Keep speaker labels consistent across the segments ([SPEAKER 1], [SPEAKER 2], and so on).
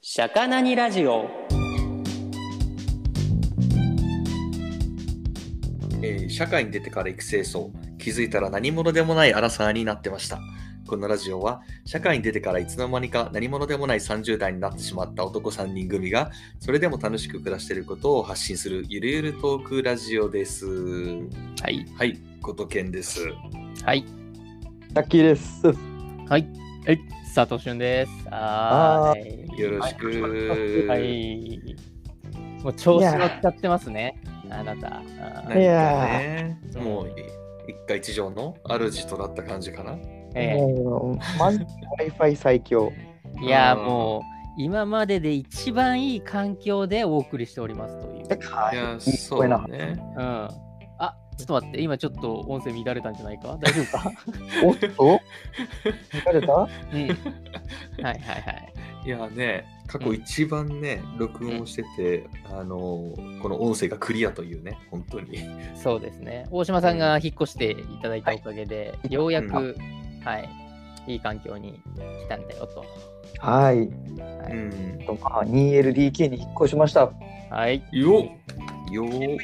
[SPEAKER 1] シャカナニラジオ。
[SPEAKER 2] えー社会に出てから育成層気づいたら何者でもないアラサーになってましたこのラジオは社会に出てからいつの間にか何者でもない30代になってしまった男3人組がそれでも楽しく暮らしていることを発信するゆるゆるトークラジオです
[SPEAKER 1] はい。
[SPEAKER 2] はいことけんです
[SPEAKER 1] はい。
[SPEAKER 3] ラッキーです。
[SPEAKER 1] はい。はい。佐藤俊です。はーい。
[SPEAKER 2] よろしく
[SPEAKER 1] はい。もう調子乗っちゃってますね。あなた。あ
[SPEAKER 2] なんか
[SPEAKER 1] ー
[SPEAKER 3] い
[SPEAKER 2] ねもう一家一条の主となった感じかな
[SPEAKER 1] え
[SPEAKER 3] もうマジ Wi-Fi 最強。
[SPEAKER 1] えいや
[SPEAKER 2] うん
[SPEAKER 1] もう今までで一番いい環境でお送りしておりますという。うん。
[SPEAKER 2] い
[SPEAKER 3] はい。
[SPEAKER 2] やそうだね
[SPEAKER 1] あちょっと待って今ちょっと音声乱れたんじゃないか。大丈夫 か。
[SPEAKER 3] おっと誰だ
[SPEAKER 1] うん。はいはいはい。
[SPEAKER 2] いやね過去一番ね、録音をしてて、あのこの音声がクリアというね本当に
[SPEAKER 1] そうですね。大島さんが引っ越していただいたおかげで、ようやく、はい、いい環境に来たんだよと。
[SPEAKER 3] はい。
[SPEAKER 1] は
[SPEAKER 2] う
[SPEAKER 1] い。
[SPEAKER 2] ん
[SPEAKER 3] とまあ 2LDK に引っ越しました。
[SPEAKER 1] はい、
[SPEAKER 2] よっよー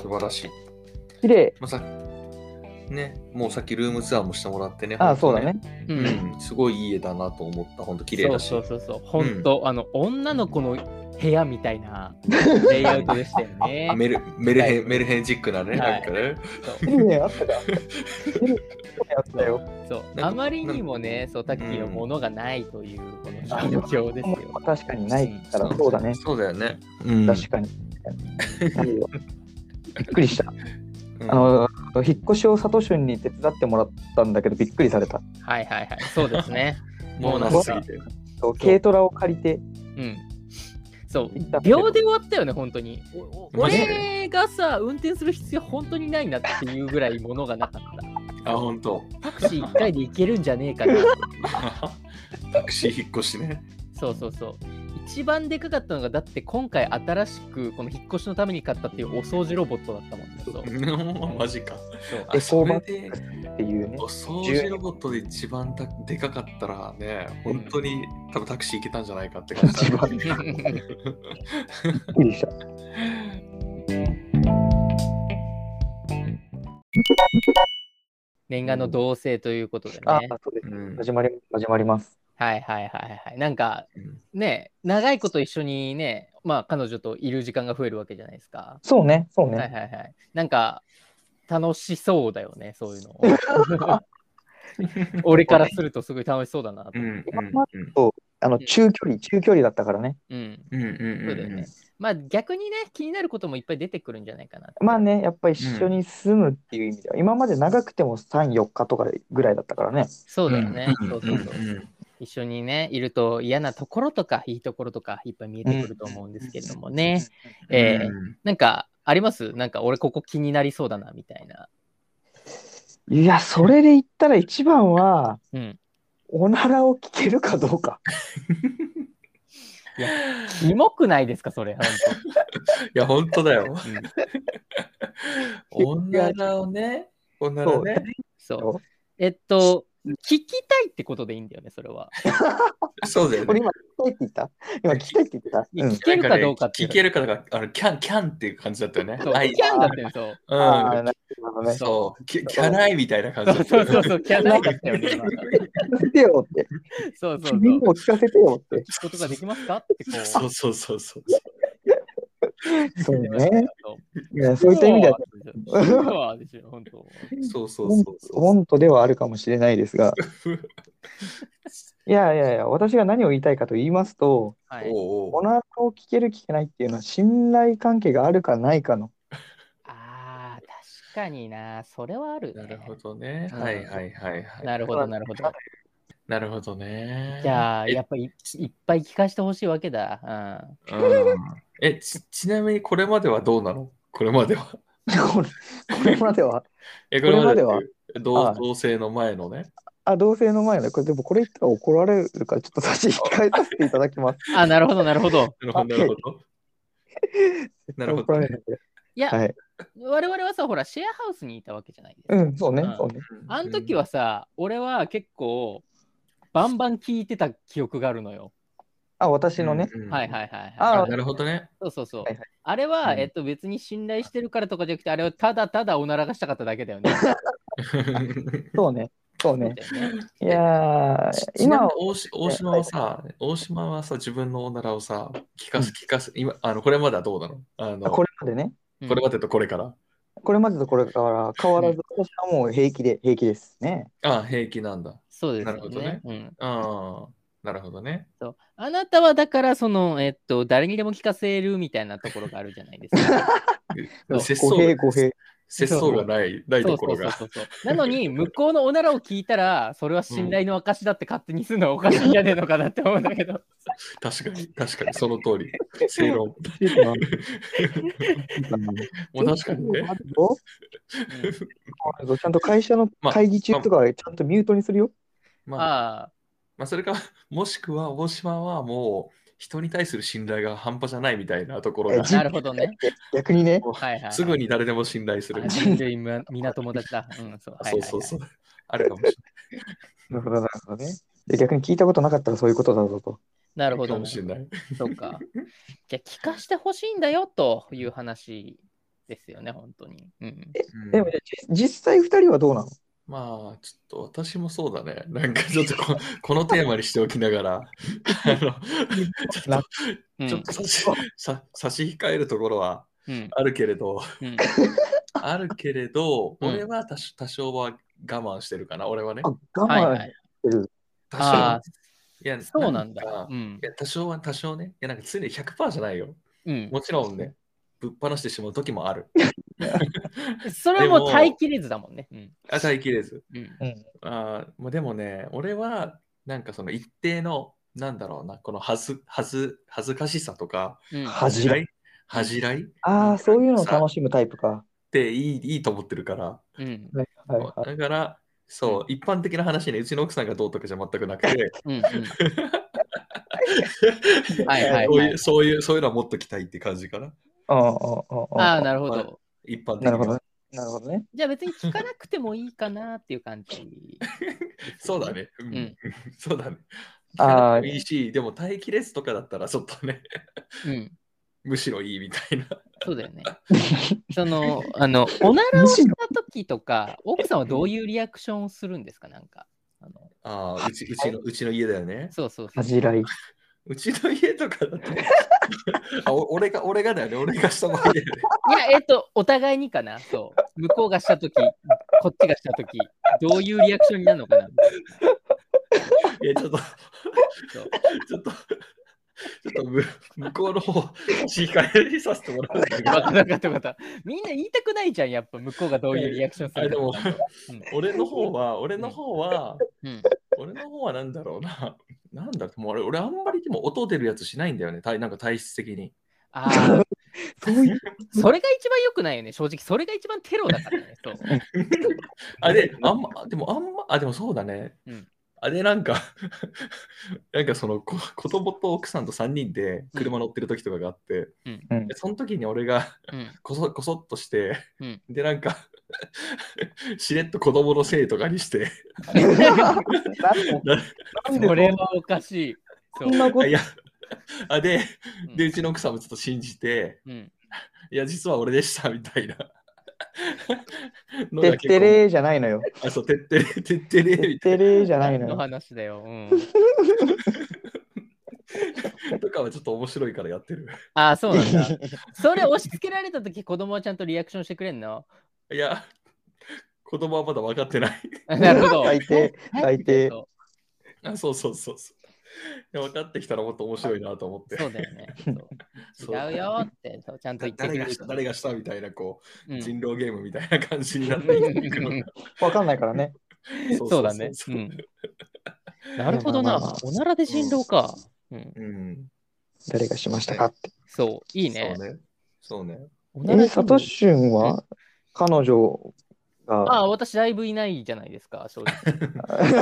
[SPEAKER 2] 素晴らしい、
[SPEAKER 3] 綺麗。
[SPEAKER 2] まあ、さねもうさっきルームツアーもしてもらってね
[SPEAKER 3] あ、そ
[SPEAKER 2] 本
[SPEAKER 3] う
[SPEAKER 2] 当
[SPEAKER 3] だね。
[SPEAKER 1] う
[SPEAKER 2] う。んすごいいい家だなと思った本当綺麗だし
[SPEAKER 1] そうそうそうそう。本当、あの、女の子の部屋みたい なレイアウトでしたよね。
[SPEAKER 2] メルメルヘ
[SPEAKER 1] はい
[SPEAKER 2] ンメルヘンチックなね、
[SPEAKER 1] はい
[SPEAKER 2] なんかね
[SPEAKER 1] そう
[SPEAKER 3] 綺麗あったか。綺麗あったよ。
[SPEAKER 1] そう
[SPEAKER 2] なんか
[SPEAKER 1] あまりにもね、そう、タッキーのものがないという、この状況ですよ。
[SPEAKER 3] 確かにないからそうだね。
[SPEAKER 2] そうだよね、うん、
[SPEAKER 3] 確かに。ないよびっくりした。
[SPEAKER 2] うん
[SPEAKER 3] あの、引っ越しをサトシュンに手伝ってもらったんだけど、びっくりされた。
[SPEAKER 1] はいはいはい。そうですね。
[SPEAKER 2] もうなさすぎて
[SPEAKER 3] そう軽トラを借りて
[SPEAKER 1] うん。 そう、
[SPEAKER 3] 行ったんだけど
[SPEAKER 1] 秒で終わったよね、本当に。おお
[SPEAKER 2] マジで
[SPEAKER 1] 俺がさ、運転する必要本当にないなっていうぐらいものがなかった。
[SPEAKER 2] あ本当
[SPEAKER 1] タクシー1回で行けるんじゃねえかな。
[SPEAKER 2] タクシー引っ越しね
[SPEAKER 1] そうそうそう。一番でかかったのが、だって今回新しくこの引っ越しのために買ったっていうお掃除ロボットだったもんね。そう。
[SPEAKER 2] マジか
[SPEAKER 1] そう
[SPEAKER 2] あそれで
[SPEAKER 3] っていうね。
[SPEAKER 2] お掃除ロボットで一番たでかかったらね、本当に多分タクシー行けたんじゃないかって感じ
[SPEAKER 3] 一
[SPEAKER 2] だ
[SPEAKER 3] 番びっくりした。
[SPEAKER 1] 念願の同棲ということでね。
[SPEAKER 3] あ
[SPEAKER 1] はい、
[SPEAKER 3] そうです。
[SPEAKER 2] うん
[SPEAKER 3] 始まり始まります。
[SPEAKER 1] はいはいはい。なんか
[SPEAKER 2] うん
[SPEAKER 1] ね、長いこと一緒にね、まあ彼女といる時間が増えるわけじゃないですか。
[SPEAKER 3] そうね、そう
[SPEAKER 1] はい
[SPEAKER 3] ね。
[SPEAKER 1] はいはい。なんか、楽しそうだよね、そういうの。俺からするとすごい楽しそうだなと。
[SPEAKER 2] う
[SPEAKER 1] うんん。
[SPEAKER 2] うん
[SPEAKER 3] あの
[SPEAKER 1] ん
[SPEAKER 3] 中距離、中距離だったからね。
[SPEAKER 2] うんうん
[SPEAKER 1] そうだよね。まあ逆にね、気になることもいっぱい出てくるんじゃないかな。
[SPEAKER 3] まあ。ね、やっぱり一緒に住むっていう意味では、今まで長くても3、4日とかぐらいだったからね。
[SPEAKER 1] そうだよね。
[SPEAKER 2] うん
[SPEAKER 1] そうそうそう。一緒にね、いると嫌なところとか、いいところとか、いっぱい見えてくると思うんですけれどもね。えーなんか、ありますなんか、俺ここ気になりそうだな、みたいな。
[SPEAKER 3] いや、それで言ったら一番は、
[SPEAKER 1] うん。
[SPEAKER 3] おならを聞けるかどうか。
[SPEAKER 1] キモくないですか、それ。本
[SPEAKER 2] いや、本当だよ。
[SPEAKER 1] 当う ん
[SPEAKER 2] 女だをね。女だね。
[SPEAKER 1] そう。
[SPEAKER 3] こ
[SPEAKER 1] えっと、聞きたいってことでいいんだよね、それは。
[SPEAKER 2] そうだよね。
[SPEAKER 3] れ今、聞きたいって言った今、聞きたいって言っ
[SPEAKER 1] 聞けるかどうかってい
[SPEAKER 2] 聞
[SPEAKER 1] う。
[SPEAKER 2] けるかどうか、あのキャンキャンっていう感じだったよね。
[SPEAKER 1] そう、
[SPEAKER 2] 愛
[SPEAKER 1] キャンだったよ、そう。
[SPEAKER 3] た。ああ、
[SPEAKER 2] う
[SPEAKER 3] なるほど
[SPEAKER 2] ん。
[SPEAKER 3] ね。
[SPEAKER 2] そう、キャキャライみたいな感じだった
[SPEAKER 1] そう
[SPEAKER 2] よ
[SPEAKER 1] そう
[SPEAKER 2] ね。
[SPEAKER 1] そう、キャンだったよね。今
[SPEAKER 3] 聞かせてよって。
[SPEAKER 1] そうそうそう。
[SPEAKER 3] 君
[SPEAKER 1] 聞
[SPEAKER 3] も聞かせてよって。
[SPEAKER 1] くことができますかってこう。
[SPEAKER 2] そうそうそうそう。
[SPEAKER 3] そ
[SPEAKER 1] 言
[SPEAKER 3] う
[SPEAKER 1] ってました
[SPEAKER 3] ね
[SPEAKER 1] よ。そう
[SPEAKER 3] いやそういった意味では、
[SPEAKER 1] そうですよ本当。
[SPEAKER 2] そうそう
[SPEAKER 3] 本
[SPEAKER 2] そうそう。
[SPEAKER 3] 本当ではあるかもしれないですが。いやいやいや、私が何を言いたいかと言いますと、
[SPEAKER 1] はい。
[SPEAKER 2] おうお
[SPEAKER 3] お
[SPEAKER 2] う
[SPEAKER 3] ならを聞ける聞けないっていうのは信頼関係があるかないかの。
[SPEAKER 1] ああ、確かにな。それはある、ね。
[SPEAKER 2] なるほどね。はいはいはいはい。
[SPEAKER 1] なるほど。なるほど、
[SPEAKER 2] なるほどね。
[SPEAKER 1] じゃあ、
[SPEAKER 2] え
[SPEAKER 1] やっぱりいいっぱい聞かせてほしいわけだ。うん。
[SPEAKER 2] うんえち、ちなみにこれまではどうなのこれまで は。
[SPEAKER 3] これこれまでは。
[SPEAKER 2] え、
[SPEAKER 3] これまでは
[SPEAKER 2] これまでっていう同
[SPEAKER 3] はい
[SPEAKER 2] 同性の前のね。
[SPEAKER 3] あ、同性の前だ。これでもこれ言ったら怒られるから、ちょっと差し控えさせていただきます。
[SPEAKER 1] あ、なるほど、なるほど。
[SPEAKER 2] なるほど、なるほ ど。 なるほ
[SPEAKER 3] 怒
[SPEAKER 2] ど
[SPEAKER 3] ら
[SPEAKER 2] ね
[SPEAKER 3] れ。るこれ
[SPEAKER 1] いや、
[SPEAKER 3] はい。
[SPEAKER 1] 我々はさ、ほら、シェアハウスにいたわけじゃないですか。
[SPEAKER 3] うん、そうね
[SPEAKER 1] うん、
[SPEAKER 3] そうね。
[SPEAKER 1] あの時はさ、俺は結構、バンバン聞いてた記憶があるのよ。
[SPEAKER 3] あ、私のね。
[SPEAKER 2] うんうん
[SPEAKER 1] はいはいはいはい。
[SPEAKER 3] あ
[SPEAKER 2] あなるほどね。
[SPEAKER 1] そうそうそう。
[SPEAKER 3] はいはい
[SPEAKER 1] あれは、
[SPEAKER 2] うん
[SPEAKER 1] えっと、別に信頼してるからとかじゃなくて、あれはただただおならがしたかっただけだ よね。
[SPEAKER 3] そうね。そうね。
[SPEAKER 1] そうだよね
[SPEAKER 3] いやー、
[SPEAKER 2] ちなみ
[SPEAKER 3] 今
[SPEAKER 2] に、大し大島はさ、大島はさ、自分のおならをさ、聞かす、
[SPEAKER 3] うん
[SPEAKER 2] 聞かす、今、あの、これまではどうなのあの、
[SPEAKER 3] あこれまでね。
[SPEAKER 1] うん
[SPEAKER 2] これまでとこれから。
[SPEAKER 3] これまでとこれから変わらず、私はもう平気で、平気ですね。
[SPEAKER 2] ああ、平気なんだ。
[SPEAKER 1] そうですよ
[SPEAKER 2] なるほどね
[SPEAKER 1] うん
[SPEAKER 2] ああ、なるほどね。
[SPEAKER 1] そうあなたはだから、その、えっと、誰にでも聞かせるみたいなところがあるじゃないですか。 そう
[SPEAKER 2] 節
[SPEAKER 3] 語
[SPEAKER 2] 操
[SPEAKER 3] 弊、
[SPEAKER 2] が、
[SPEAKER 3] 語弊。
[SPEAKER 2] 節操がない、ない
[SPEAKER 1] そう
[SPEAKER 2] と
[SPEAKER 1] そ
[SPEAKER 2] こ
[SPEAKER 1] う
[SPEAKER 2] ろ
[SPEAKER 1] そう
[SPEAKER 2] が。
[SPEAKER 1] そうそう。なのに、向こうのおならを聞いたら、それは信頼の証だって勝手にするのはおかしいんじゃねえのかなって思うんだけど。
[SPEAKER 2] 確かに、確かに、その通り。正 論。 もう確か にね。
[SPEAKER 3] ちゃんと会社の
[SPEAKER 2] まあ
[SPEAKER 3] 会議中とかはちゃんとミュートにするよ。
[SPEAKER 1] うん
[SPEAKER 2] まあ、
[SPEAKER 1] あ
[SPEAKER 2] まあ、それか、もしくは、大島はもう、人に対する信頼が半端じゃないみたいなところが
[SPEAKER 3] え
[SPEAKER 1] あ、、なるほどね。
[SPEAKER 3] 逆にね。
[SPEAKER 2] もう
[SPEAKER 1] はいはいはい。
[SPEAKER 2] すぐに誰でも信頼する
[SPEAKER 1] あ。人類む港友達だ。うん、そう。はいは
[SPEAKER 2] そ
[SPEAKER 1] いうはい
[SPEAKER 2] そうそう。あるかもしれない。
[SPEAKER 3] なるほど、なるほどね。で逆に聞いたことなかったらそういうことだぞと。
[SPEAKER 1] なるほど
[SPEAKER 2] かも
[SPEAKER 1] ね。
[SPEAKER 2] しれない。
[SPEAKER 1] そうか。じゃあ聞かしてほしいんだよという話ですよね、本当に。うん、
[SPEAKER 3] でも、じ実際2人はどうなの
[SPEAKER 2] まあ、ちょっと私もそうだね。なんかちょっとここのテーマにしておきな がら、あの
[SPEAKER 1] うん
[SPEAKER 2] ちょっと差しさ差し控えるところは
[SPEAKER 1] うん
[SPEAKER 2] あるけれど、
[SPEAKER 1] うん
[SPEAKER 2] あるけれど、
[SPEAKER 1] うん
[SPEAKER 2] 俺は多少多少は我慢してるかな、俺はね。
[SPEAKER 3] あ、
[SPEAKER 1] はい
[SPEAKER 3] 我慢
[SPEAKER 1] は
[SPEAKER 3] し
[SPEAKER 1] い。
[SPEAKER 3] てる。
[SPEAKER 2] 多
[SPEAKER 1] ああ
[SPEAKER 2] 少。、いや
[SPEAKER 1] そうなんだ。
[SPEAKER 2] か
[SPEAKER 1] うん
[SPEAKER 2] い。や、多少は多少ね。いや、なんか常に100%じゃないよ。
[SPEAKER 1] うん、
[SPEAKER 2] もちろんね、ぶっ放してしまう時もある。
[SPEAKER 1] それはもう
[SPEAKER 2] でも
[SPEAKER 1] 耐えきれずだもんね。うん
[SPEAKER 2] あ、耐えきれず。
[SPEAKER 1] うん
[SPEAKER 2] あーまあでもね、俺はなんかその一定の、なんだろうな、この恥ず恥ず恥ずかしさとか、
[SPEAKER 1] うん
[SPEAKER 3] 恥じらい
[SPEAKER 2] い恥じらいっ
[SPEAKER 3] ああ、そういうのを楽しむタイプか。
[SPEAKER 2] ていいいいと思ってるから、
[SPEAKER 1] うん
[SPEAKER 3] はいはいは
[SPEAKER 2] だ
[SPEAKER 3] い。
[SPEAKER 2] から、そう、一般的な話ね、うちの奥さんがどうとかじゃ全くなくて、
[SPEAKER 1] うんうんはいはい
[SPEAKER 2] そう
[SPEAKER 1] はい
[SPEAKER 2] いう、。そういう、そういうのはもっときたいって感じかな。
[SPEAKER 3] うんうんうんうん
[SPEAKER 1] ああ、なるほど。
[SPEAKER 2] 一般的
[SPEAKER 3] なるほど
[SPEAKER 2] に
[SPEAKER 3] ね。。なるほどね。
[SPEAKER 1] じゃあ別に聞かなくてもいいかなっていう感 じ。
[SPEAKER 2] そうだね。うんん、 そうだね。
[SPEAKER 3] あー
[SPEAKER 2] いいし、でも耐えきれずとかだったら、ちょっとね、
[SPEAKER 1] うん。
[SPEAKER 2] むしろいいみたいな。
[SPEAKER 1] そうだよ ね。その、あの、おならをした時と か、奥さんはどういうリアクションをするんですかなんか。あの
[SPEAKER 2] ああ、うちうちのうちの家だよね。
[SPEAKER 1] そうそうそう。
[SPEAKER 3] 恥じらい。
[SPEAKER 2] うちの家とかだって あお俺が、俺がだよね、俺がした場合だよね。
[SPEAKER 1] いや、えっと、お互いにかな。そう。向こうがしたとき、こっちがしたとき、どういうリアクションになるのかな。
[SPEAKER 2] いや、ちょっと、
[SPEAKER 1] そう
[SPEAKER 2] ちょっと、ちょっとむ向こうの方、司会にさせてもらうんだけど
[SPEAKER 1] わかんなかったこと。みんな言いたくないじゃん、やっぱ向こうがどういうリアクションす
[SPEAKER 2] あれ
[SPEAKER 1] る
[SPEAKER 2] で
[SPEAKER 1] の
[SPEAKER 2] も
[SPEAKER 1] か。、
[SPEAKER 2] 俺の方は、俺の方は、
[SPEAKER 1] うん。
[SPEAKER 2] 俺の方はなんだろうな。 なんだろう、もう俺、俺あんまりでも音出るやつしないんだよね、体なんか体質的に。
[SPEAKER 1] ああ、
[SPEAKER 3] そういう。
[SPEAKER 1] それが一番良くないよね、正直。それが一番テロだからね。そう。
[SPEAKER 2] あ、で、あんま、でもあんま、あ、でもそうだね。
[SPEAKER 1] うん
[SPEAKER 2] あれなんか、 なんかそのこ子供と奥さんと3人で車乗ってる時とかがあって、
[SPEAKER 1] うん
[SPEAKER 3] うん
[SPEAKER 2] でその時に俺が
[SPEAKER 1] うん。
[SPEAKER 2] こそこそっとして、
[SPEAKER 1] うん
[SPEAKER 2] でなんか しれっと子供のせいとかにして
[SPEAKER 3] なんで
[SPEAKER 1] それはおかしい。 そ
[SPEAKER 3] こんなこ
[SPEAKER 2] あ
[SPEAKER 3] と
[SPEAKER 2] いやあで
[SPEAKER 1] うん
[SPEAKER 2] でうちの奥さんもちょっと信じて
[SPEAKER 1] うん。
[SPEAKER 2] いや実は俺でしたみたいなの
[SPEAKER 3] て
[SPEAKER 2] が
[SPEAKER 3] っ
[SPEAKER 2] 結構
[SPEAKER 3] てれーじゃないのよ。
[SPEAKER 2] あそうてってれてってれ
[SPEAKER 3] てっ
[SPEAKER 2] みた
[SPEAKER 3] て
[SPEAKER 2] い
[SPEAKER 3] れーじゃないの
[SPEAKER 1] の
[SPEAKER 3] よ。
[SPEAKER 1] 話だよ。うん。
[SPEAKER 2] なとかはちょっと面白いからやってる
[SPEAKER 1] ああ、そうなんだ。それ押し付けられたとき、子供はちゃんとリアクションしてくれん の
[SPEAKER 2] いや子供はまだ分かってない
[SPEAKER 1] なるほど。
[SPEAKER 3] 大抵
[SPEAKER 1] え
[SPEAKER 3] 大抵
[SPEAKER 1] そ
[SPEAKER 2] あそうそうそうそう。いや分かってきたらもっと面白いなと思っ
[SPEAKER 1] う
[SPEAKER 2] て。
[SPEAKER 1] そうだよね。 そう違うよーって、そうちゃんと言ってく
[SPEAKER 2] 誰
[SPEAKER 1] れ
[SPEAKER 2] が
[SPEAKER 1] る
[SPEAKER 2] し
[SPEAKER 1] と
[SPEAKER 2] た誰がしたみたいなこ
[SPEAKER 1] う
[SPEAKER 2] う、
[SPEAKER 1] ん
[SPEAKER 2] 人狼ゲームみたいな感じに なっていくのが
[SPEAKER 3] わかんないからね。
[SPEAKER 1] そうだね。
[SPEAKER 2] そううん
[SPEAKER 1] なるほど
[SPEAKER 3] まあ
[SPEAKER 1] な
[SPEAKER 3] まあまあ。
[SPEAKER 1] おならで人狼か。うん
[SPEAKER 2] うん。
[SPEAKER 3] 誰がしましたかって。
[SPEAKER 1] そう、いい
[SPEAKER 2] そう
[SPEAKER 1] ね。
[SPEAKER 2] ね。そ うね。
[SPEAKER 1] おなら
[SPEAKER 3] え、
[SPEAKER 1] 人
[SPEAKER 3] サ
[SPEAKER 1] 狼
[SPEAKER 3] トシュンは彼女
[SPEAKER 1] あ
[SPEAKER 3] が。
[SPEAKER 1] あ、私だいぶいないじゃないですか、正直。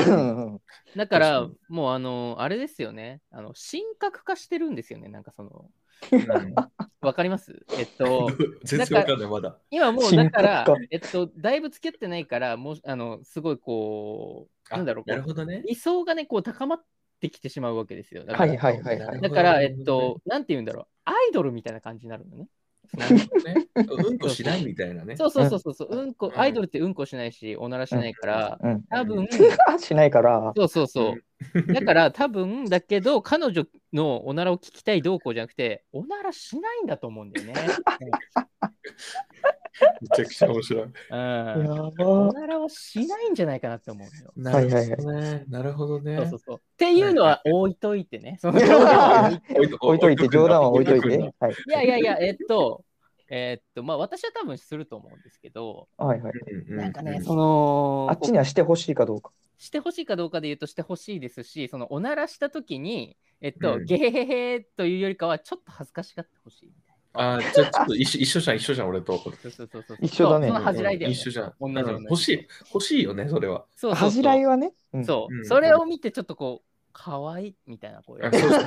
[SPEAKER 3] うん
[SPEAKER 1] だから
[SPEAKER 2] 確か、
[SPEAKER 1] もうあの、あれですよね。あの、神格化してるんですよね。なんかその、
[SPEAKER 2] うん
[SPEAKER 1] わかりますえっと、
[SPEAKER 2] 全然わかんない、まだ。
[SPEAKER 1] 今もうだから
[SPEAKER 3] 神格、
[SPEAKER 1] えっと、だいぶ付き合ってないから、もう、あの、すごいこう、
[SPEAKER 2] あ
[SPEAKER 1] なんだろうこう
[SPEAKER 2] なるほどね。
[SPEAKER 1] 理想がね、こう高まっってきてしまうわけですよ。だか
[SPEAKER 3] は
[SPEAKER 1] ら、
[SPEAKER 3] いはいはいはい。
[SPEAKER 1] だから
[SPEAKER 2] な
[SPEAKER 1] え
[SPEAKER 2] るほ
[SPEAKER 1] っ
[SPEAKER 2] どね
[SPEAKER 1] と、なんて言うんだろう、アイドルみたいな感じになるのね。
[SPEAKER 2] なるほど ねうんこしないみたいなね。
[SPEAKER 1] そうそうそうそうそう、うんこ
[SPEAKER 2] う、ん
[SPEAKER 1] アイドルってうんこしないし、おならしないから、
[SPEAKER 3] うん。
[SPEAKER 1] 多分、
[SPEAKER 3] しないから。
[SPEAKER 1] そうそうそう。だから多分だけど彼女のおならを聞きたいどうこうじゃなくておならしないんだと思うんだよね。
[SPEAKER 2] めちゃくちゃ面白い。
[SPEAKER 1] う
[SPEAKER 3] や
[SPEAKER 1] ん、
[SPEAKER 3] ば
[SPEAKER 1] お。ならをしないんじゃないかなって思うんだよ。
[SPEAKER 2] なる
[SPEAKER 3] はい
[SPEAKER 2] ほどね。なるほどね。
[SPEAKER 1] そうそうそうっていうのは置いといて ね。そのい
[SPEAKER 3] 置いといて、冗談は置いといて。はい。
[SPEAKER 1] やいやいや、えっと、えっと、まあ私は多分すると思うんですけど、
[SPEAKER 3] はいはい。
[SPEAKER 1] なんかね、
[SPEAKER 2] そ
[SPEAKER 1] そ
[SPEAKER 2] の
[SPEAKER 1] の
[SPEAKER 3] あっちにはしてほしいかどうか。
[SPEAKER 1] してほしいかどうかで言うとしてほしいですし、そのおならした時に、えっと、
[SPEAKER 2] うん
[SPEAKER 1] ゲヘヘヘというよりかはちょっと恥ずかしがってほしいみたい
[SPEAKER 2] あー、じゃあちょっと一緒一緒じゃん、一緒じゃん、俺と。
[SPEAKER 1] な。そうそうそうそう
[SPEAKER 3] 一緒だね
[SPEAKER 1] そうその恥じらいだよ、ね。
[SPEAKER 2] 一緒じゃん。
[SPEAKER 1] 同じ同じ
[SPEAKER 2] うん欲しい、欲しいよね、それは。
[SPEAKER 1] そうそうそう
[SPEAKER 3] 恥じらいはね。うん
[SPEAKER 1] そう、
[SPEAKER 2] うん
[SPEAKER 1] それを見てちょっとこう、かわいいみたいな声。
[SPEAKER 2] あ、そうそう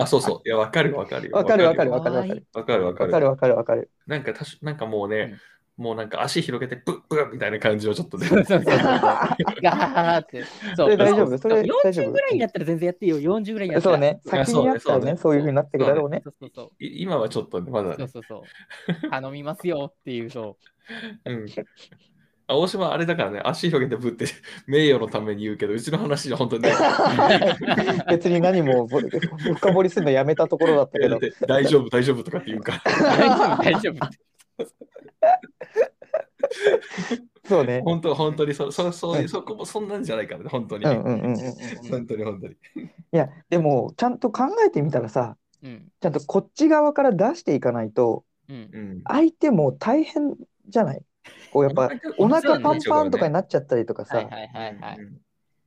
[SPEAKER 2] あそうそう。いや、わかるわかるよ。
[SPEAKER 3] わかるわかる
[SPEAKER 2] わ
[SPEAKER 3] わかるわかる。
[SPEAKER 2] かるわか
[SPEAKER 3] わかる
[SPEAKER 2] る。
[SPEAKER 3] わかるわかる。
[SPEAKER 2] なんか、たしなんかもうね、もうなんか足広げて、ブッブッみたいな感じをちょっとね。
[SPEAKER 1] そう そうそう。ガーって。そ
[SPEAKER 3] そうれ大丈夫それ大丈
[SPEAKER 1] 40
[SPEAKER 3] 夫
[SPEAKER 1] ぐらいになったら全然やっていいよ。40ぐらいになった
[SPEAKER 3] そう
[SPEAKER 1] ら。
[SPEAKER 3] ね。
[SPEAKER 2] いや
[SPEAKER 3] 先にやったら
[SPEAKER 2] そうねそう
[SPEAKER 3] ね
[SPEAKER 2] ね、
[SPEAKER 3] そういうふうになってくだろうね。
[SPEAKER 1] そうそうそう。
[SPEAKER 2] い今はちょっとね、まだ
[SPEAKER 1] そう
[SPEAKER 2] ね。
[SPEAKER 1] そうそう。頼みますよっていうそう。
[SPEAKER 2] うん。あ大島はあれだからね、足広げてブッて名誉のために言うけど、うちの話は本当 にね
[SPEAKER 3] 別に何もぼ深掘りするのやめたところだったけ
[SPEAKER 2] だ
[SPEAKER 3] ど
[SPEAKER 2] っ。 て大丈夫、大丈夫とかって言うから。
[SPEAKER 1] 大丈夫、大丈夫。
[SPEAKER 3] そうね。
[SPEAKER 2] 本当、本当にそ、そ、そうう、
[SPEAKER 3] ん
[SPEAKER 2] そこもそんなんじゃないからね、本当に。
[SPEAKER 3] うんうんうんうん。い
[SPEAKER 2] 本当に本当に。
[SPEAKER 3] や、でも、ちゃんと考えてみたらさ、
[SPEAKER 1] うん。
[SPEAKER 3] ちゃんとこっち側から出していかないと、
[SPEAKER 1] うん。
[SPEAKER 2] うん。
[SPEAKER 3] 相手も大変じゃないこうやっぱ、お腹パンパンとかに
[SPEAKER 2] に
[SPEAKER 3] なっちゃったりとか
[SPEAKER 1] はい
[SPEAKER 3] さ
[SPEAKER 1] は、いはいはい。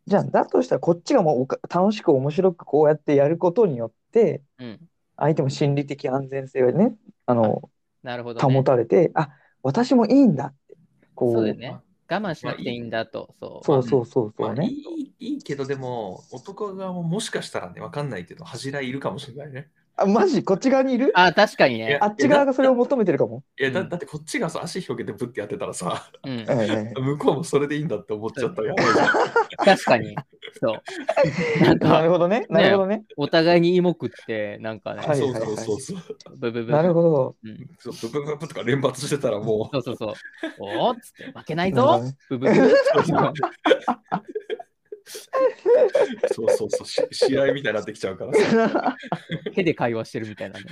[SPEAKER 3] じゃあ、だとしたらこっちがもうおか楽しく面白くこうやってやることによって、
[SPEAKER 1] うん。
[SPEAKER 3] 相手も心理的安全性をね、あの、
[SPEAKER 1] なるほど、ね。
[SPEAKER 3] 保たれて、あ、私もいいんだって、こ
[SPEAKER 1] そうだよ
[SPEAKER 3] う、
[SPEAKER 1] ね。我慢しなくていいんだと。そう。
[SPEAKER 3] そうそうそうそう
[SPEAKER 2] まあ、い
[SPEAKER 3] ね。
[SPEAKER 2] いいいけど、でも、男側ももしかしたらね、わかんないけど、恥じらいいるかもしれないね。
[SPEAKER 3] あ、マジこっち側にいる
[SPEAKER 1] あ、確かに
[SPEAKER 2] い
[SPEAKER 1] ね
[SPEAKER 2] や。
[SPEAKER 3] あっち側がそれを求めてるかも。
[SPEAKER 2] いや、だ
[SPEAKER 1] うん
[SPEAKER 2] だってこっちがさ、足広げてブッてやってたらさ、
[SPEAKER 1] うん。
[SPEAKER 3] はいはいはい
[SPEAKER 2] 向こうもそれでいいんだって思っちゃったらやばいじゃん
[SPEAKER 1] 確かに。そう。なん
[SPEAKER 3] な
[SPEAKER 1] か、
[SPEAKER 3] るほどね。なるほどね。
[SPEAKER 1] お互いに芋食って、なんかね、
[SPEAKER 3] はい
[SPEAKER 2] そうそうそうそう。
[SPEAKER 1] ブブブ。
[SPEAKER 3] なるほど。
[SPEAKER 1] うん
[SPEAKER 2] そうブブブブとか連発してたらも
[SPEAKER 1] そうそうそう。おーっつって、負けない
[SPEAKER 3] なる
[SPEAKER 1] ぞ
[SPEAKER 3] ほどね
[SPEAKER 1] ブブブ。
[SPEAKER 2] う、そう そうそうし、試合みたいになってきちゃうからさ。
[SPEAKER 1] 手で会話してるみたいなね。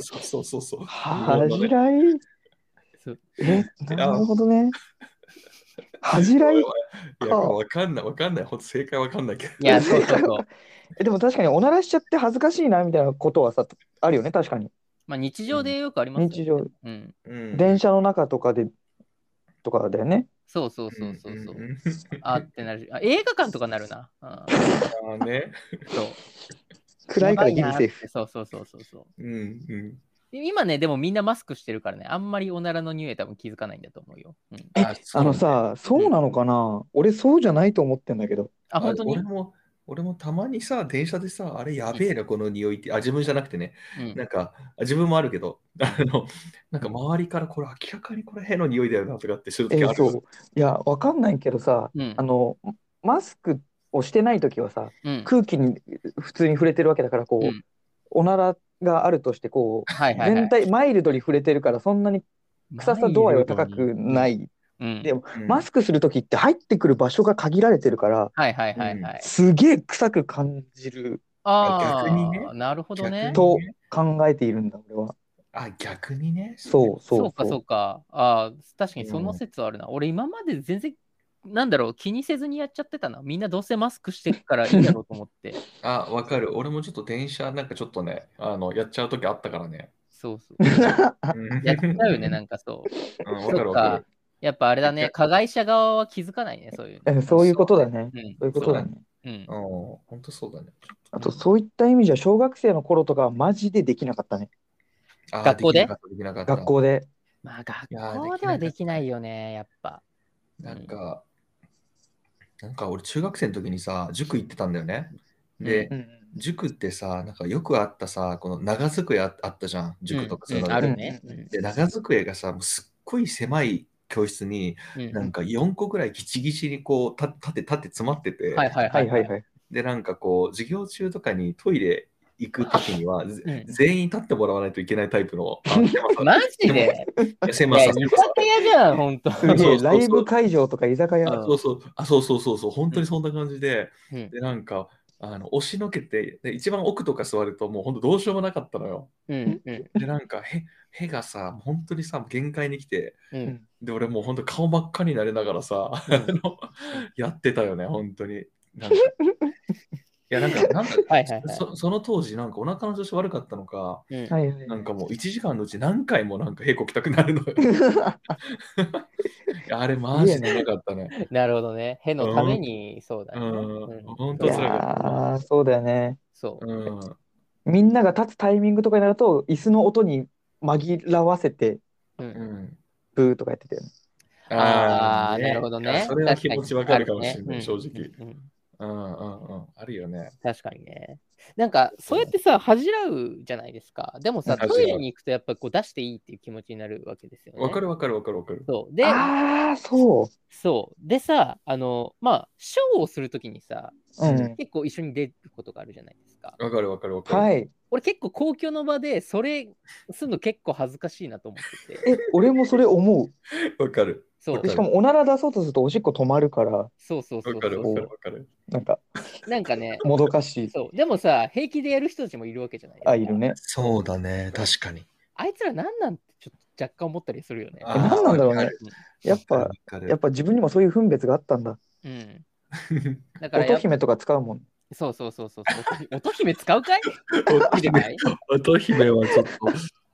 [SPEAKER 1] そう
[SPEAKER 2] そうそうそうそう。
[SPEAKER 3] 恥じらい。
[SPEAKER 1] そう
[SPEAKER 3] え、なるほどね。恥じらい
[SPEAKER 2] い。や、わかんない、わかんない。ほんと正解わかんないけど。
[SPEAKER 1] いや、そうそう そう。
[SPEAKER 3] えでも確かにおならしちゃって恥ずかしいなみたいなことはさ、あるよね、確かに。
[SPEAKER 1] まあ日常でよくありますよね。
[SPEAKER 3] 日常、
[SPEAKER 1] うん。
[SPEAKER 2] うん
[SPEAKER 3] 電車の中とかで、とかだよね。
[SPEAKER 1] そうそうそうそうそう。
[SPEAKER 2] んんん
[SPEAKER 1] あってなる。あ映画館とかなるな。あ
[SPEAKER 2] あーね。
[SPEAKER 1] そう。
[SPEAKER 3] 暗いからギリセーフ。
[SPEAKER 1] フ。そうそうそうそうそう。
[SPEAKER 2] うんうん。
[SPEAKER 1] で今ね、でもみんなマスクしてるからね、あんまりおならの匂い多分気づかないんだと思うよ。うん、
[SPEAKER 2] あ
[SPEAKER 3] あの、さ、そうなのかな俺そうじゃないと思ってんだけど。
[SPEAKER 1] あ、
[SPEAKER 2] そう
[SPEAKER 1] 本当に
[SPEAKER 2] 俺、も、俺もたまにさ、電車でさ、あれやべえな、この匂いって。あ、自分じゃなくてね。
[SPEAKER 1] うん
[SPEAKER 2] なんか、あ自分もあるけど、 あの、なんか周りからこれ明らかにこれ変の匂いだよなとかってする
[SPEAKER 3] え
[SPEAKER 2] ときある。
[SPEAKER 3] そう。いや、わかんないけどさ、
[SPEAKER 1] うん
[SPEAKER 3] あの、マスクをしてないときはさ、
[SPEAKER 1] うん。
[SPEAKER 3] 空気に普通に触れてるわけだから、こう、
[SPEAKER 1] うん
[SPEAKER 3] おならがあるとして、こう、
[SPEAKER 1] はいはい、はい。。
[SPEAKER 3] 全体、マイルドに触れてるから、そんなに臭さ度合いは高くないい。
[SPEAKER 1] うん、
[SPEAKER 3] で
[SPEAKER 2] うん
[SPEAKER 3] マスクするときって入ってくる場所が限られてるから、
[SPEAKER 1] はいはいはいはい。
[SPEAKER 3] すげえ臭く感じる、
[SPEAKER 1] ああ、
[SPEAKER 2] 逆にね
[SPEAKER 1] なるほどね。
[SPEAKER 2] 逆
[SPEAKER 3] と
[SPEAKER 2] にね
[SPEAKER 3] 考えているんだ、俺は。
[SPEAKER 2] あ、逆にね。
[SPEAKER 3] そう
[SPEAKER 1] そう
[SPEAKER 3] そう
[SPEAKER 1] かそう
[SPEAKER 3] そう。
[SPEAKER 1] か。ああ、確かにその説はあるな。俺今まで全然、なんだろう、気にせずにやっちゃってたな。みんなどうせマスクしてるからいいだろうと思って。
[SPEAKER 2] あ、わかる。俺もちょっと電車なんかちょっとね、あの、やっちゃうときあったからね。
[SPEAKER 1] そうそう。
[SPEAKER 2] うん
[SPEAKER 1] やっちゃうよね、なんかそう。
[SPEAKER 2] うんわかるわかる。
[SPEAKER 1] やっぱあれだね、加害者側は気づかないね、そういうの。
[SPEAKER 3] えそういうことだね。
[SPEAKER 1] うん
[SPEAKER 3] そういうことだね。
[SPEAKER 1] うん
[SPEAKER 2] う。ん、本当そうだね。
[SPEAKER 3] あと、そういった意味じゃ、小学生の頃とかはマジでできなかったね。
[SPEAKER 2] あ
[SPEAKER 1] 学校で
[SPEAKER 2] きなかったきなかった
[SPEAKER 3] 学校で。
[SPEAKER 1] まあ
[SPEAKER 2] いやー
[SPEAKER 1] 学校ではできないよね、やっぱ。
[SPEAKER 2] なんか、なんか俺中学生の時にさ、塾行ってたんだよね。で、塾ってさ、なんかよくあったさ、この長机ああったじゃん、塾とか
[SPEAKER 1] うん
[SPEAKER 2] そういう
[SPEAKER 1] うん
[SPEAKER 2] の
[SPEAKER 1] あ
[SPEAKER 2] で
[SPEAKER 1] るね。うん
[SPEAKER 2] で、長机がさ、もうすっごい狭い教室に、
[SPEAKER 1] うん
[SPEAKER 2] なんか4個ぐらいギチギチにこう、た立て、立て詰まってて、
[SPEAKER 1] はいはい
[SPEAKER 3] は
[SPEAKER 1] はいい
[SPEAKER 3] はいはい。
[SPEAKER 2] で、なんかこう、授業中とかにトイレ行くときには、ぜ全員立ってもらわないといけないタイプの。あ
[SPEAKER 1] マジで
[SPEAKER 2] 狭
[SPEAKER 1] い
[SPEAKER 2] 間
[SPEAKER 1] や、
[SPEAKER 2] さ
[SPEAKER 1] 居
[SPEAKER 2] ん
[SPEAKER 1] 酒
[SPEAKER 2] 狭間さん
[SPEAKER 1] 屋じゃん、ほんと。
[SPEAKER 3] す
[SPEAKER 2] そ
[SPEAKER 3] げ
[SPEAKER 2] うそう
[SPEAKER 3] え、
[SPEAKER 2] そう
[SPEAKER 3] ライブ会場とか居酒屋。
[SPEAKER 2] あそうそうあそうそうそうそう、本当にそんな感じで、
[SPEAKER 1] うん
[SPEAKER 2] で、なんか、あの押しのけてで、一番奥とか座ると、もう本当どうしようもなかったのよ。
[SPEAKER 1] うんうん
[SPEAKER 2] で、なんか、へ、へがさ、本当にさ、限界に来て、
[SPEAKER 1] うん。
[SPEAKER 2] で、俺もう本当顔真っ赤になれながらさ、あのやってたよね、本当に。な んかいや、なんか、なんか、
[SPEAKER 1] はいはいはい
[SPEAKER 2] そその当時、なんかお腹の調子悪かったのか、
[SPEAKER 1] うん
[SPEAKER 3] はいはい
[SPEAKER 2] なんかもう1時間のうち何回もなんかへこきたくなるの よ。いやあれ、マジでなかったね。
[SPEAKER 1] なるほどね。へのために、そうだね。
[SPEAKER 2] うん
[SPEAKER 1] うん
[SPEAKER 2] 本
[SPEAKER 3] い
[SPEAKER 2] 当
[SPEAKER 3] や
[SPEAKER 2] 辛かったな。
[SPEAKER 3] ーそうだよね。
[SPEAKER 1] そう。
[SPEAKER 2] うん
[SPEAKER 3] みんなが立つタイミングとかになると、椅子の音に紛らわせて、
[SPEAKER 1] うん
[SPEAKER 2] うん
[SPEAKER 3] ブーとかやってたよね。
[SPEAKER 1] ああ、
[SPEAKER 2] ー
[SPEAKER 1] なるほど
[SPEAKER 2] い
[SPEAKER 1] ね
[SPEAKER 2] や。それは気持ちわかるかもしれない、正
[SPEAKER 1] 確かに
[SPEAKER 2] 直。
[SPEAKER 1] うんうんうん
[SPEAKER 2] うんうんうん。あるよね。
[SPEAKER 1] 確かにね。なんか、そうやってさ、恥じらうじゃないですか。でもさ、
[SPEAKER 2] うん
[SPEAKER 1] トイレに行くと、やっぱこう出していいっていう気持ちになるわけですよね。
[SPEAKER 2] わかるわかるわかるわかる。
[SPEAKER 1] そう。で、
[SPEAKER 3] ああ、そう。
[SPEAKER 1] そう。でさ、あの、まあ、ショーをするときにさ、
[SPEAKER 3] うん。
[SPEAKER 1] 結構一緒に出ることがあるじゃないですか。
[SPEAKER 2] わかるわかるわかる。
[SPEAKER 3] はい。
[SPEAKER 1] 俺結構公共の場で、それするの結構恥ずかしいなと思ってて。
[SPEAKER 3] え、俺もそれ思う。
[SPEAKER 2] わかる。
[SPEAKER 1] そう
[SPEAKER 3] でしかも、おなら出そうとするとおしっこ止まるから、
[SPEAKER 1] そうそうそ
[SPEAKER 2] わ
[SPEAKER 1] う
[SPEAKER 2] かる
[SPEAKER 1] そ
[SPEAKER 2] わかるわかる。
[SPEAKER 3] なんか、
[SPEAKER 1] う。なんかね、
[SPEAKER 3] もどかしい。
[SPEAKER 1] そう。でもさ、平気でやる人たちもいるわけじゃないですか
[SPEAKER 3] あ、いる。ね。
[SPEAKER 2] そうだね、確かに。
[SPEAKER 1] あいつら何なんてちょっと若干思ったりするよね。
[SPEAKER 3] ー何なんだろうねやっ
[SPEAKER 2] わ
[SPEAKER 3] ぱ、
[SPEAKER 2] かる
[SPEAKER 3] やっぱ自分にもそういう分別があったんだ。
[SPEAKER 1] うん。だから
[SPEAKER 3] 乙
[SPEAKER 1] や、
[SPEAKER 3] 姫とか使うもん。
[SPEAKER 1] そうそうそうそうそう。乙姫使うかい
[SPEAKER 2] 乙
[SPEAKER 1] 見て
[SPEAKER 2] 姫
[SPEAKER 1] ない
[SPEAKER 2] 乙姫はちょっと。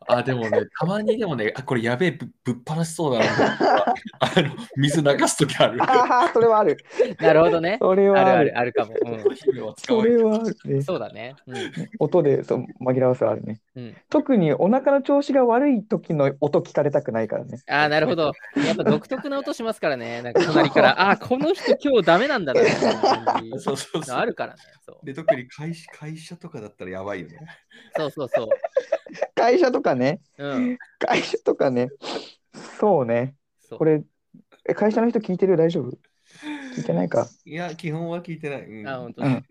[SPEAKER 2] あ、でもね、たまにでもね、あ、これやべえ、ぶぶっ放しそうだ な。あの、水流すときある。
[SPEAKER 3] ああ、それはある。
[SPEAKER 1] なるほどね。
[SPEAKER 3] それ
[SPEAKER 1] あ
[SPEAKER 3] は
[SPEAKER 1] る
[SPEAKER 3] あ
[SPEAKER 1] あ
[SPEAKER 3] る。
[SPEAKER 1] るあるかも。
[SPEAKER 2] 乙姫は使
[SPEAKER 3] そ
[SPEAKER 2] わない
[SPEAKER 3] れはある
[SPEAKER 1] うん。
[SPEAKER 3] ね。
[SPEAKER 1] そうだね。うん。
[SPEAKER 3] 音でそう紛らわせはあるね。
[SPEAKER 1] うん、
[SPEAKER 3] 特にお腹の調子が悪い時の音聞かれたくないからね。
[SPEAKER 1] ああ、なるほど。やっぱ独特な音しますからね。なんか隣から、 ああー、この人今日ダメなんだなっていう感じ
[SPEAKER 2] そうそうそう。
[SPEAKER 1] のあるからね。そう
[SPEAKER 2] で、特に会社会社とかだったらやばいよね。
[SPEAKER 1] そうそうそう。
[SPEAKER 3] 会社とかね。
[SPEAKER 1] うん。
[SPEAKER 3] 会社とかね。そうね。
[SPEAKER 1] そう
[SPEAKER 3] これ、え会社の人聞いてる大丈夫聞いてないか。
[SPEAKER 2] いや、基本は聞いてない。うん
[SPEAKER 1] あ本当に。うん。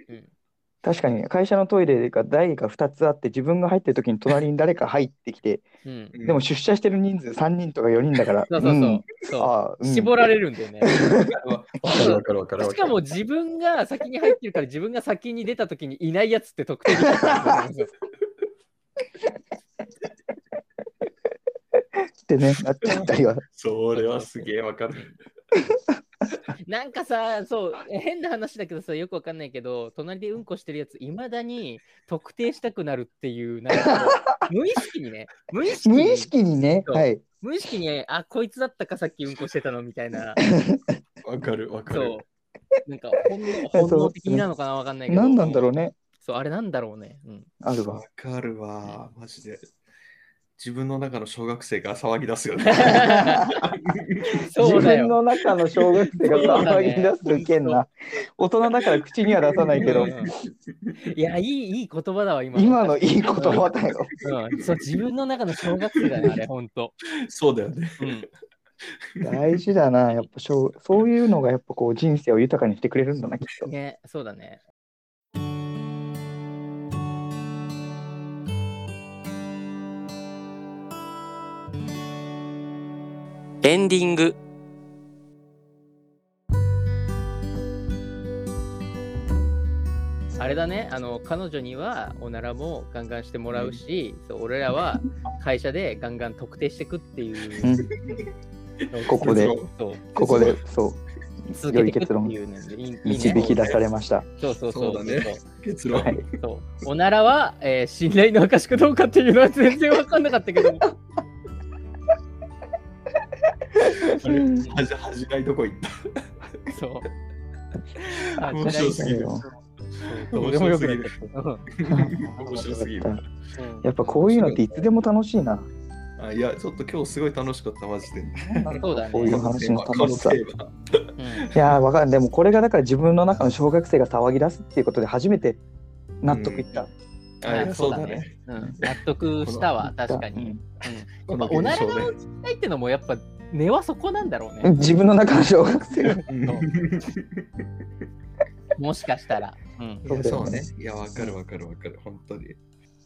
[SPEAKER 3] 確かに会社のトイレが台が2つあって自分が入ってる時に隣に誰か入ってきて
[SPEAKER 1] うん。
[SPEAKER 2] うん
[SPEAKER 3] でも出社してる人数3人とか4人だから
[SPEAKER 1] そうそうそう。
[SPEAKER 3] ん
[SPEAKER 1] そ
[SPEAKER 3] ああう
[SPEAKER 1] う。
[SPEAKER 3] ん
[SPEAKER 1] 絞られるんだよ ね。
[SPEAKER 2] わかるわかるわかるわかる。
[SPEAKER 1] しかも自分が先に入ってるから自分が先に出た時にいないやつって特定できない んですよ
[SPEAKER 3] ってねなっちゃった りは
[SPEAKER 2] それはすげえわかる。
[SPEAKER 1] なんかさそう変な話だけどさよくわかんないけど隣でうんこしてるやついまだに特定したくなるっていうなんかこ う無意識にね無意識に
[SPEAKER 3] 無意識にね
[SPEAKER 1] そう
[SPEAKER 3] はい
[SPEAKER 1] 無意識にあこいつだったかさっきうんこしてたのみたい な
[SPEAKER 2] わかるわか
[SPEAKER 1] そう
[SPEAKER 2] る。
[SPEAKER 1] なんか 本能本能的なのかなわかんないけど
[SPEAKER 3] 何なんだろうね
[SPEAKER 1] そうあれなんだろうね、 うん、
[SPEAKER 3] あるわ
[SPEAKER 2] わかるわ。マジで。自分の中の小学生が騒ぎ出すよね。
[SPEAKER 1] そうだ
[SPEAKER 3] 自分
[SPEAKER 1] よ
[SPEAKER 3] の中の小学生が騒ぎ出すけんな、大人だから口には出さないけど
[SPEAKER 1] うんうんいやいいいい言葉だわ今
[SPEAKER 3] 今のいい言葉だよ
[SPEAKER 1] うん、そう自分の中の小学生だね、あれ、ほんと。
[SPEAKER 2] そうだよね。
[SPEAKER 1] うん、
[SPEAKER 3] 大事だなやっぱ小そういうのがやっぱこう人生を豊かにしてくれるんだなきっと
[SPEAKER 1] ね、そうだね。エンディング。あれだね、あの彼女にはおならもガンガンしてもらうし、そう俺らは会社でガンガン特定していくっていうのを
[SPEAKER 3] ここで
[SPEAKER 1] そう
[SPEAKER 3] ここでそう
[SPEAKER 1] 続けていくっていうのでいいいいね
[SPEAKER 3] 導き出されました。
[SPEAKER 1] そうそうそう
[SPEAKER 2] そうだね結論。
[SPEAKER 3] はい、
[SPEAKER 1] そうおならは、えー信頼の証かどうかっていうのは全然分かんなかったけども
[SPEAKER 2] あれ恥恥じないとこ行った。
[SPEAKER 1] そうあ
[SPEAKER 2] 面白すぎる。
[SPEAKER 1] どうでもよくなっちゃったうん
[SPEAKER 2] 面白すぎる。
[SPEAKER 1] うん
[SPEAKER 3] やっぱこういうのっていつでも楽しいな。
[SPEAKER 2] あいや、ちょっと今日すごい楽しかった、マジで。
[SPEAKER 1] そうだね
[SPEAKER 3] こういう話の楽しさ。
[SPEAKER 2] こ
[SPEAKER 3] い
[SPEAKER 2] のテーマ
[SPEAKER 1] うん
[SPEAKER 3] やー、わかんない。でもこれがだから自分の中の小学生が騒ぎ出すっていうことで初めて納得いった。
[SPEAKER 2] あいや
[SPEAKER 1] あ
[SPEAKER 2] そうだね。
[SPEAKER 1] うん納得したわ確かに、う
[SPEAKER 2] こ
[SPEAKER 1] ん、や
[SPEAKER 2] の
[SPEAKER 1] っぱおなら
[SPEAKER 2] 現象
[SPEAKER 1] が
[SPEAKER 2] ね
[SPEAKER 1] 聞きたいってのもやっぱ根はそこなんだろう
[SPEAKER 3] うん
[SPEAKER 1] ね
[SPEAKER 3] 自分の中の小学生が。
[SPEAKER 2] うん
[SPEAKER 1] もしかしたら。うん。
[SPEAKER 3] そうだよね
[SPEAKER 2] いや、わかるわかるわかる。本当に。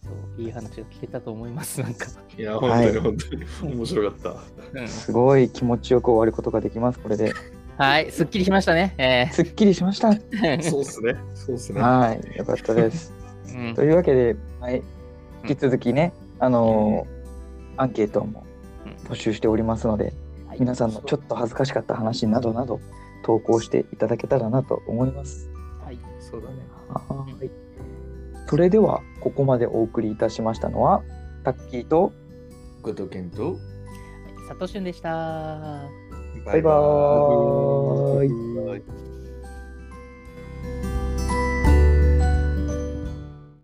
[SPEAKER 1] そう、いい話が聞けたと思います。なんか。
[SPEAKER 2] いや、本
[SPEAKER 3] は
[SPEAKER 2] 当
[SPEAKER 3] い
[SPEAKER 2] に本当に。 面白かった。
[SPEAKER 1] うん
[SPEAKER 3] すごい気持ちよく終わることができます、これで。
[SPEAKER 1] はい、すっきりしましたね。え
[SPEAKER 3] すっきりしました。
[SPEAKER 1] ー
[SPEAKER 2] そうっすね。そうっすね。
[SPEAKER 3] はい、よかったです。
[SPEAKER 1] うん
[SPEAKER 3] というわけで、はい、引き続きね、あのーアンケートも募集しておりますので、
[SPEAKER 1] はい
[SPEAKER 3] 皆さんのちょっと恥ずかしかった話などなど投稿していただけたらなと思います。
[SPEAKER 1] はい、
[SPEAKER 2] そうだね。
[SPEAKER 3] はい、それではここまでお送りいたしましたのはタッキーと
[SPEAKER 2] ごとけんと、
[SPEAKER 1] 佐藤俊でした。
[SPEAKER 3] バイバーイ。
[SPEAKER 2] バイバーイ